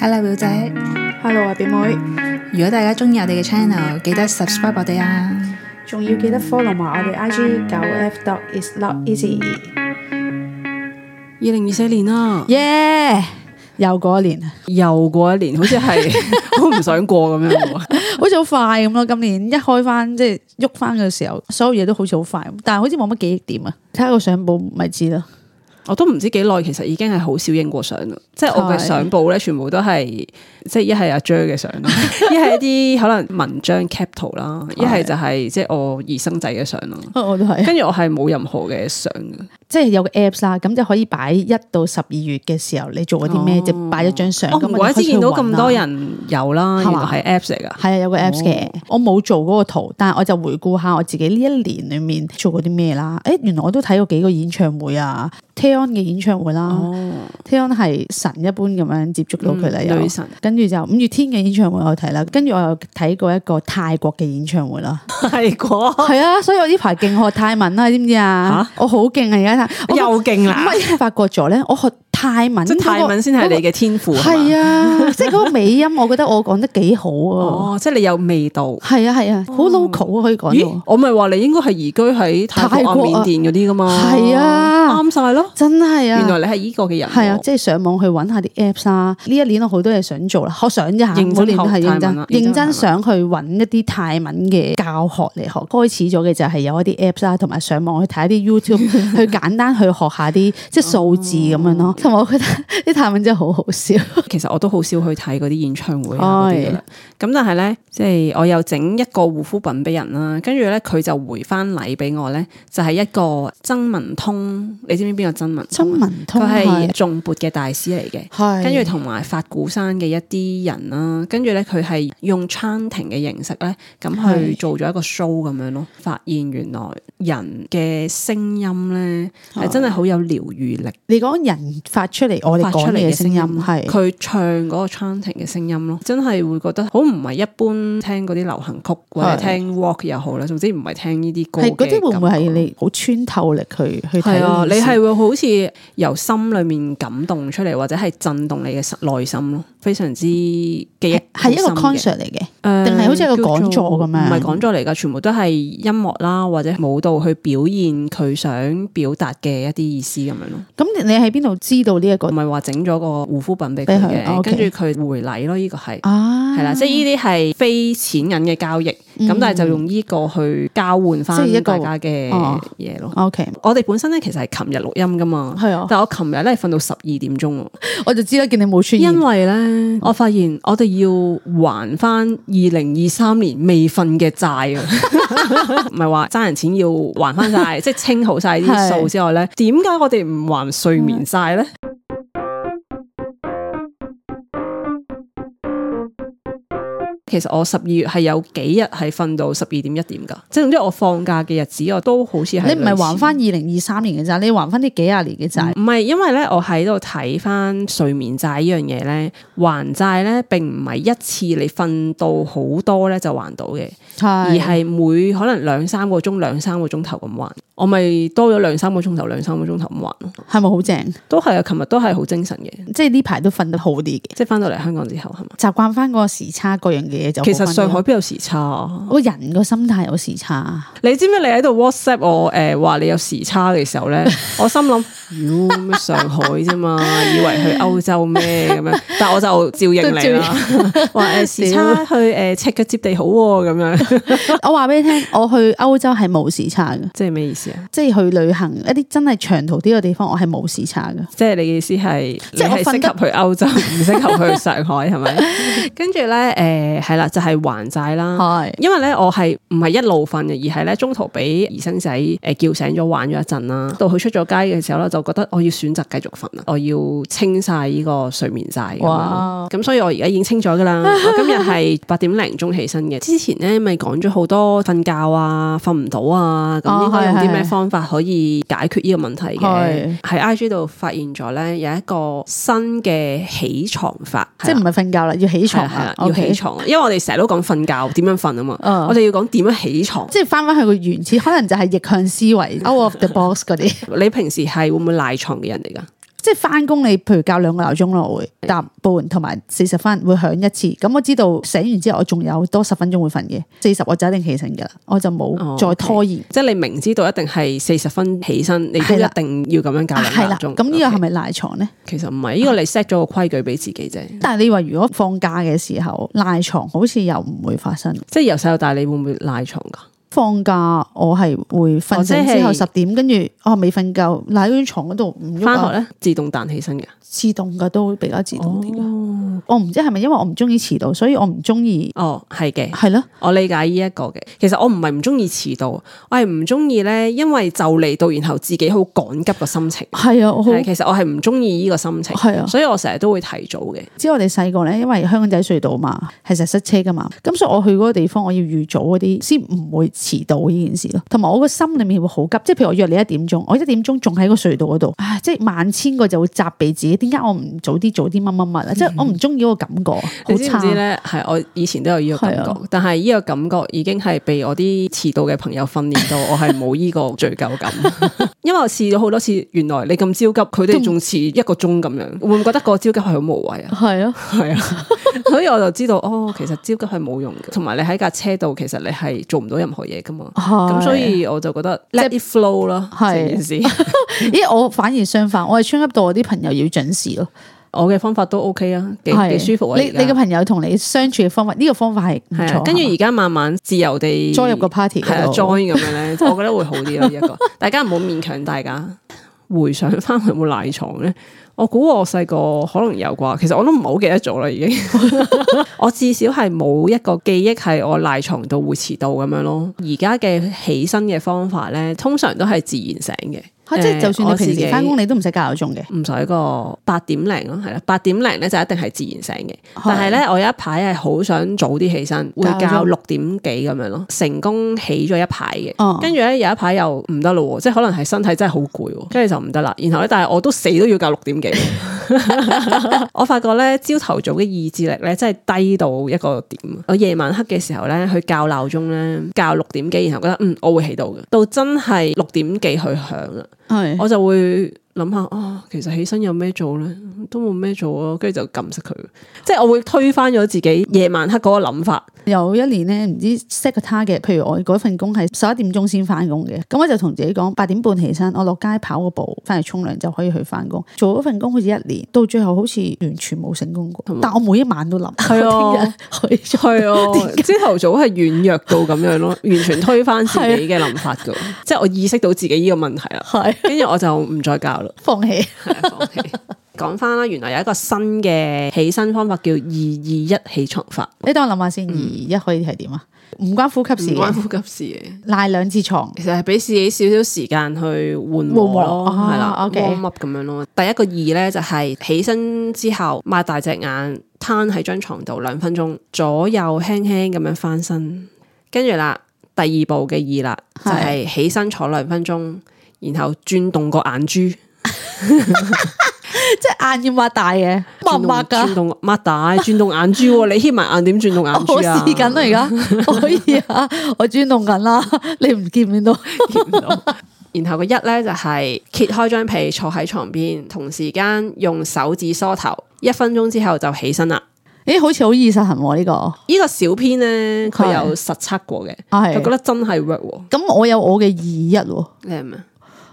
Hello 表姐， Hello 啊，表妹，如果大家中意我哋嘅 channel，記得 subscribe 我哋啊！仲要記得 follow 埋我嗯哋 IG 九 F dot is not easy。二零二四年啊啦，耶！又過一年啊，又過一年，好似 係好唔想過咁樣喎。好似好快咁咯。今年一開翻即係喐翻嘅時候，所有嘢都好似好快咁，但係好似冇乜記憶點啊。睇下個相簿咪知咯。我都唔知幾耐，其實已經係好少影過相啦。即係我嘅係相簿咧，全部都係即係一係阿 J 嘅相啦， 一係一啲可能文章 cap 圖啦，一係就係即係我兒生仔嘅相啦。啊我都係，跟住我係冇任何嘅相嘅，即係有個 apps 啦，咁就可以擺一到十二月嘅時候，你做咗啲咩，就擺一張相。我咁哦唔怪之見到咁多人。人有啦，係原嘛來係 Apps 嚟噶。係啊，有個 apps 嘅，哦我冇做嗰個圖，但係我就回顧下我自己呢一年裏面做過啲咩啦。誒，原來我都睇過幾個演唱會啊 t a y o n 嘅演唱會啦哦 t a y o n 係神一般咁樣接觸到佢啦，嗯有女神跟住就五月天嘅演唱會我有睇啦，跟住我又睇過一個泰國嘅演唱會啦。泰國係啊，所以我呢排勁學泰文啦，你知唔知啊？我好勁啊，而家泰我 又勁唔啦，係發覺咗咧，我學泰文即係泰文先係你嘅。嘅天賦係嘛係啊，即係嗰個尾音，我覺得我講得幾好啊。哦，即係你有味道。係啊係啊，好 local 啊可以講哦咦到，，我咪話你應該係移居喺泰國啊、泰國啊緬甸嗰啲噶嘛？係啊啱晒咯。真係啊。原來你哦係依個嘅人喎，係啊，即係上網去揾下啲 apps 啊。呢一年我好多嘢想做啦，我想一下，認每真年都係學認泰真文啊認真認學真想去揾一啲泰文嘅教學 嚟學。開始咗嘅就係有一啲 apps 啊啦，同埋上網去睇一啲 YouTube，去簡單去學下啲即係數字咁樣哦咯。同埋我覺得啲泰文真係好好 笑。其實我都好少去睇嗰啲演唱會啊嗰啲㗎啦。咁但係咧，即係我又整一個護膚品俾人啦，跟住咧佢就回翻禮俾我咧，就係一個曾文通，你知唔知邊個曾文曾通啊？文通佢係係重撥嘅大師嚟嘅。係跟住同埋法鼓山嘅一啲人啦，跟住咧佢係用 chanting 嘅形式咧，咁去係做咗一個 show 咁樣咯。發現原來人嘅聲音咧係真係好有療愈力，你講人發出嚟，我哋發出講嚟嘢嘅嘅聲聲音音係。佢唱嗰個 chanting 嘅聲音咯，真係會覺得好唔係一般聽嗰啲流行曲或者係聽 rock 又好啦，總之唔係聽呢啲歌係嗰啲會唔會嘅感覺係你好穿透力去去睇係呢啊，你件事？係會好似由心裏面感動出嚟，或者係震動你嘅內心咯，非常之記憶係一個好深嘅 concert 嚟嘅。誒定係好似一個講座咁樣叫做唔係講座嚟㗎，全部都係音樂啦，或者舞蹈去表現佢想表達嘅一啲意思咁樣咯。咁你喺邊度知道呢一個唔係話整咗個護膚品俾佢俾佢嘅，哦跟住 OK 佢回禮咯，呢個係。啊？嗯係啦，即係呢啲係非錢銀嘅交易，咁、但係就用呢個去交換即係一翻個大家嘅哦嘢咯。 OK，我哋本身咧其實係琴日錄音噶嘛，係啊但我琴日咧瞓到十二點鐘喎，我就知啦，見你冇穿因煙。為咧哦我發現我哋要還翻二零二三年未瞓嘅 債啊，唔係話爭人錢要還翻晒，即係清好晒啲數之外咧，點解我哋唔還睡眠債咧？其實我十二月係有幾日係瞓到十二點一點㗎，即係總之我放假嘅日子我都好似係你唔係類似嗯還翻二零二三年嘅債，你還翻呢幾廿年嘅債。唔係，因為咧，我喺度睇翻睡眠債呢樣嘢咧，還債咧並唔係一次你瞓到好多咧就還到嘅，而係係每可能兩三個鐘、兩三個鐘頭咁還。我咪多咗兩三個鐘頭、兩三個鐘頭咁還咯，係咪好正？都係啊！琴日都係好精神嘅，即係呢排都瞓得好啲嘅，即係翻到嚟香港之後係嘛？習慣翻嗰個時差嗰樣嘅嘢就好其返實啲上海邊有時差啊？我人個心態有時差， 你知唔知你喺度 WhatsApp 我誒話、你有時差嘅時候 咧，我心諗，妖咩上海啫 嘛，以為去歐洲咩咁樣，但我就照應你啦，話誒、時差去誒、赤腳接地好喎、咁 樣，我話俾你聽，我去歐洲係冇時差嘅，即係咩意思啊？即係去旅行一啲真係長途啲嘅地方，我係冇時差嘅。即係你嘅意思係，即係你我係瞓適得合去歐洲，唔適合去上海係咪？ 跟住咧誒係啦，就係、還債啦。係因為咧，我係唔係一路瞓嘅，而係咧中途俾兒生仔誒、呃叫醒咗玩咗一陣啦。到佢出咗街嘅時候咧，就覺得我要選擇繼續瞓啦，我要清晒呢個睡眠債咁樣咯哇咁所以我而家已經清咗㗎 啦。我今日係八點零鐘起身嘅。之前咧咪講咗好多瞓覺啊、瞓唔到啊，咁哦應該用啲係咩係方法可以解決呢個問題嘅係？喺 IG 度發現咗咧有一個新嘅起床法，即係唔係瞓覺啦，要起係床啦係啦啊啦，要 OK 起床啦，因為我哋成日都講瞓覺點樣瞓啊嘛，嗯我哋要講點樣起床。即係翻翻去個原 始，可能就係逆向思維 out of the box 嗰啲， 你平時係會唔會賴床嘅人嚟㗎？即係翻工你譬如教兩個鬧鐘咯，我會搭半同埋四十分會響一次。咁我知道醒完之後，我仲有多十分鐘會瞓嘅，四十我就一定起身㗎啦，我就哦冇再拖延。即係你明知道一定係四十分起身，你都係一啦定要咁樣教啊兩係個啦，鬧鐘。咁呢個係 OK，咪啊賴床呢？其實唔係，呢個你 set 咗個規矩俾自己啫。但係你話如果放假嘅時候賴床，好似又唔會發生。即係由細到大，你會唔會賴床㗎？放假我係會哦瞓即醒係之後十點，跟住我未瞓夠，賴喺張床嗰度唔喐翻啊學咧自動彈起身嘅。自動嘅都比較自動啲嘅。我唔知係咪因為我唔中意遲到，所以我唔中意哦，係嘅，係咯。我理解呢一個嘅。其實我唔係唔中意遲到，我係唔中意咧，因為就嚟到，然後自己好趕急個心情。係啊，我好係，其實我係唔中意呢個心情，係啊所以我成日都會提早嘅。知我哋細個咧，因為香港仔隧道嘛，係成日塞車噶嘛，咁所以我去嗰個地方，我要預早嗰啲，先唔會遲到呢件事咯。同埋我個心裏面會好急，即係譬如我約你一點鐘，我一點鐘仲喺個隧道嗰度，唉，即係萬千個就會責備自己，點解我唔早啲早啲乜乜乜啊？即係我唔中意嗰個感覺，好嗯你知唔差。知咧？係我以前都有呢個感覺係，啊但係呢個感覺已經係被我啲遲到嘅朋友訓練到，我係冇呢個罪疚感。 因為我試咗好多次，原來你咁焦急，佢哋仲遲一個鐘咁樣，會唔會覺得個焦急係好無 謂啊？係咯，係啊，所以我就知道哦，其實焦急係冇用嘅，同埋你喺架車度，其實你係做唔到任何嘢噶嘛。咁咁所以我就覺得 let it flow 啦，成啊係件事。咦，我反而相反，我係 train up 到我啲朋友要準時咯，我嘅方法都 OK 啊，幾係幾舒服啊！你你嘅朋友同你相處嘅方法，呢個方法係唔係啊錯，。跟住係嘛而家慢慢自由地 join 入個 party 係嗰啊度 join 咁樣咧， 我覺得會好啲咯。呢一個大家唔好勉強大家。回想翻有冇賴床咧？我估我細個可能有啩，其實我都唔係好記得咗啦，已經。 我至少係冇一個記憶係我賴床到會遲到咁樣咯。而家嘅起身嘅方法咧，通常都係自然醒嘅。嚇即係就算誒你我自平己時翻工，你都唔使教鬧鐘嘅。唔使個八點零咯，係啦，八點零咧就一定係自然醒嘅。但係咧，我有一排係好想早啲起身，會教教咗六點幾咁樣咯，成功起咗一排哦嘅。跟住咧有一排又唔得咯喎，即係可能係身體真係好攰喎，跟住就唔得啦。然後咧，但係我都死都要教六點幾。 我發覺咧，朝頭早嘅意志力咧，真係低到一個點。啊我夜晚黑嘅時候咧，去校鬧鐘咧，校六點幾，然後覺得嗯，我會起到嘅。到真係六點幾去響啦。係我就會諗下啊，其實起身有咩做咧？都冇咩做啊，跟住就撳熄佢。即係我會推翻咗自己夜晚黑嗰個諗法。有一年咧，唔知 set 個 target，譬如我嗰份工係十一點鐘先翻工嘅，咁我就同自己講八點半起身，我落街跑個步，翻嚟沖涼就可以去翻工。做嗰份工好似一年，到最後好似完全冇成功過。但我每一晚都諗，係啊我 聽日去咗。係啊，朝頭早係軟弱到咁樣 咯，完全推翻自己嘅諗法噶。即係我啊意識到自己呢個問題 啦，係跟住我就唔再教啦，放棄，係啊放棄。 講翻啦，原來有一個新嘅起身方法叫二二一起床法，你等我諗下先，而一可以係點啊？唔關呼吸事嘅，嗯呼吸事嘅。賴兩次床，其實係俾自己少少時間去緩和咯，緩和啊係啦哦 OK warm up 咁樣咯。第一個二咧就係起身之後擘大隻眼，攤喺張床度兩分鐘，左右輕輕咁樣翻身，跟住啦，第二步嘅二啦就係起身坐兩分鐘，然後轉動個眼珠，即係眼要擘大 嘅，擘唔擘轉㗎？動擘大，轉動眼珠喎，你掀埋眼點轉動眼 珠我啊？試緊啦，而家 可以啊，我轉動緊啦， 你唔見唔見到？見唔到。然後個一咧就係揭開張被，坐喺床邊，同時間用手指梳頭，一分鐘之後就起身啦。 咦，好似好易實行喎呢個。呢個小編咧，佢係有實測過嘅，啊係佢覺得真係 work 喎。咁我有我嘅二一喎，你係咪？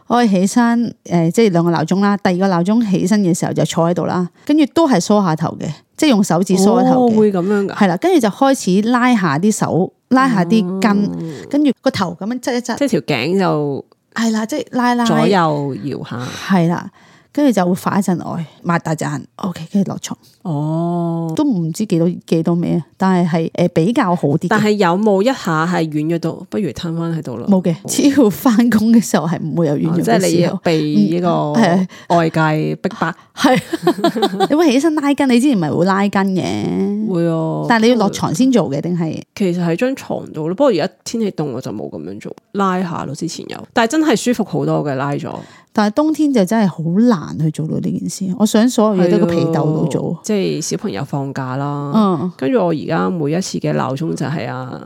我係起身誒、呃即係兩個鬧鐘啦。第二個鬧鐘起身嘅時候就坐喺度啦，跟住都係梳下頭嘅，即係用手指梳下頭哦嘅，會咁樣㗎，係啦、跟住就開始拉下啲手，拉下啲嗯筋，跟住個頭咁樣側一側，即係條頸就係啦，即係拉拉，左右搖下。係啦，跟住就會發一陣呆，擘大隻眼，OK，跟住落床，哦，都唔知幾多幾多咩啊，但係係誒比較好啲但嘅，係有冇一下係軟咗到，不如攤翻喺度啦？冇嘅，只要翻工嘅時候係唔會有哦，軟弱即嘅係你時要候。被呢個嗯外界逼迫，係， 你會起身拉筋，你之前咪會拉筋嘅，會啊。但係你要落床先做嘅，定係其實喺張床度咯，不過而家天氣凍，我就冇咁樣做，拉下咯。之前有，但係真係舒服好多嘅，拉咗但係冬天就真係好難去做到呢件事。我想所有嘢都喺個被竇度係咯做，即係小朋友放假啦。嗯，跟住我而家每一次嘅鬧鐘就係啊，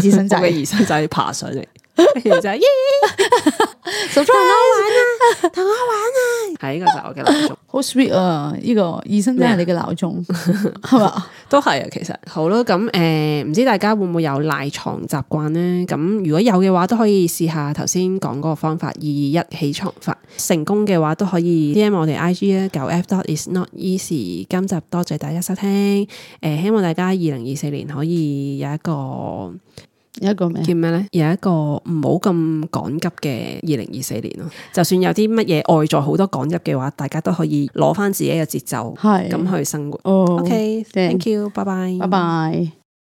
自我 身仔嘅兒生仔爬上嚟， 跟住 就耶，就同我玩啊！係呢個就係我嘅鬧鐘，好 sweet 啊！呢、個醫生真係你啊嘅鬧鐘，係嘛？都係啊。其實好啦，咁誒唔知大家會唔會有賴床習慣呢？咁如果有嘅話，都可以試下頭先講嗰個方法二二一起床法。成功嘅話，都可以 DM 我哋 IG 啦，九 F dot is not easy。今集多謝大家收聽，誒、希望大家二零二四年可以有一個有一個咩？叫咩呢？有一個唔好咁趕急嘅二零二四年咯。就算有啲乜嘢外在好多趕急嘅話，大家都可以攞翻自己嘅節奏，係咁去生活。哦 OK，thank you，拜拜，拜。拜。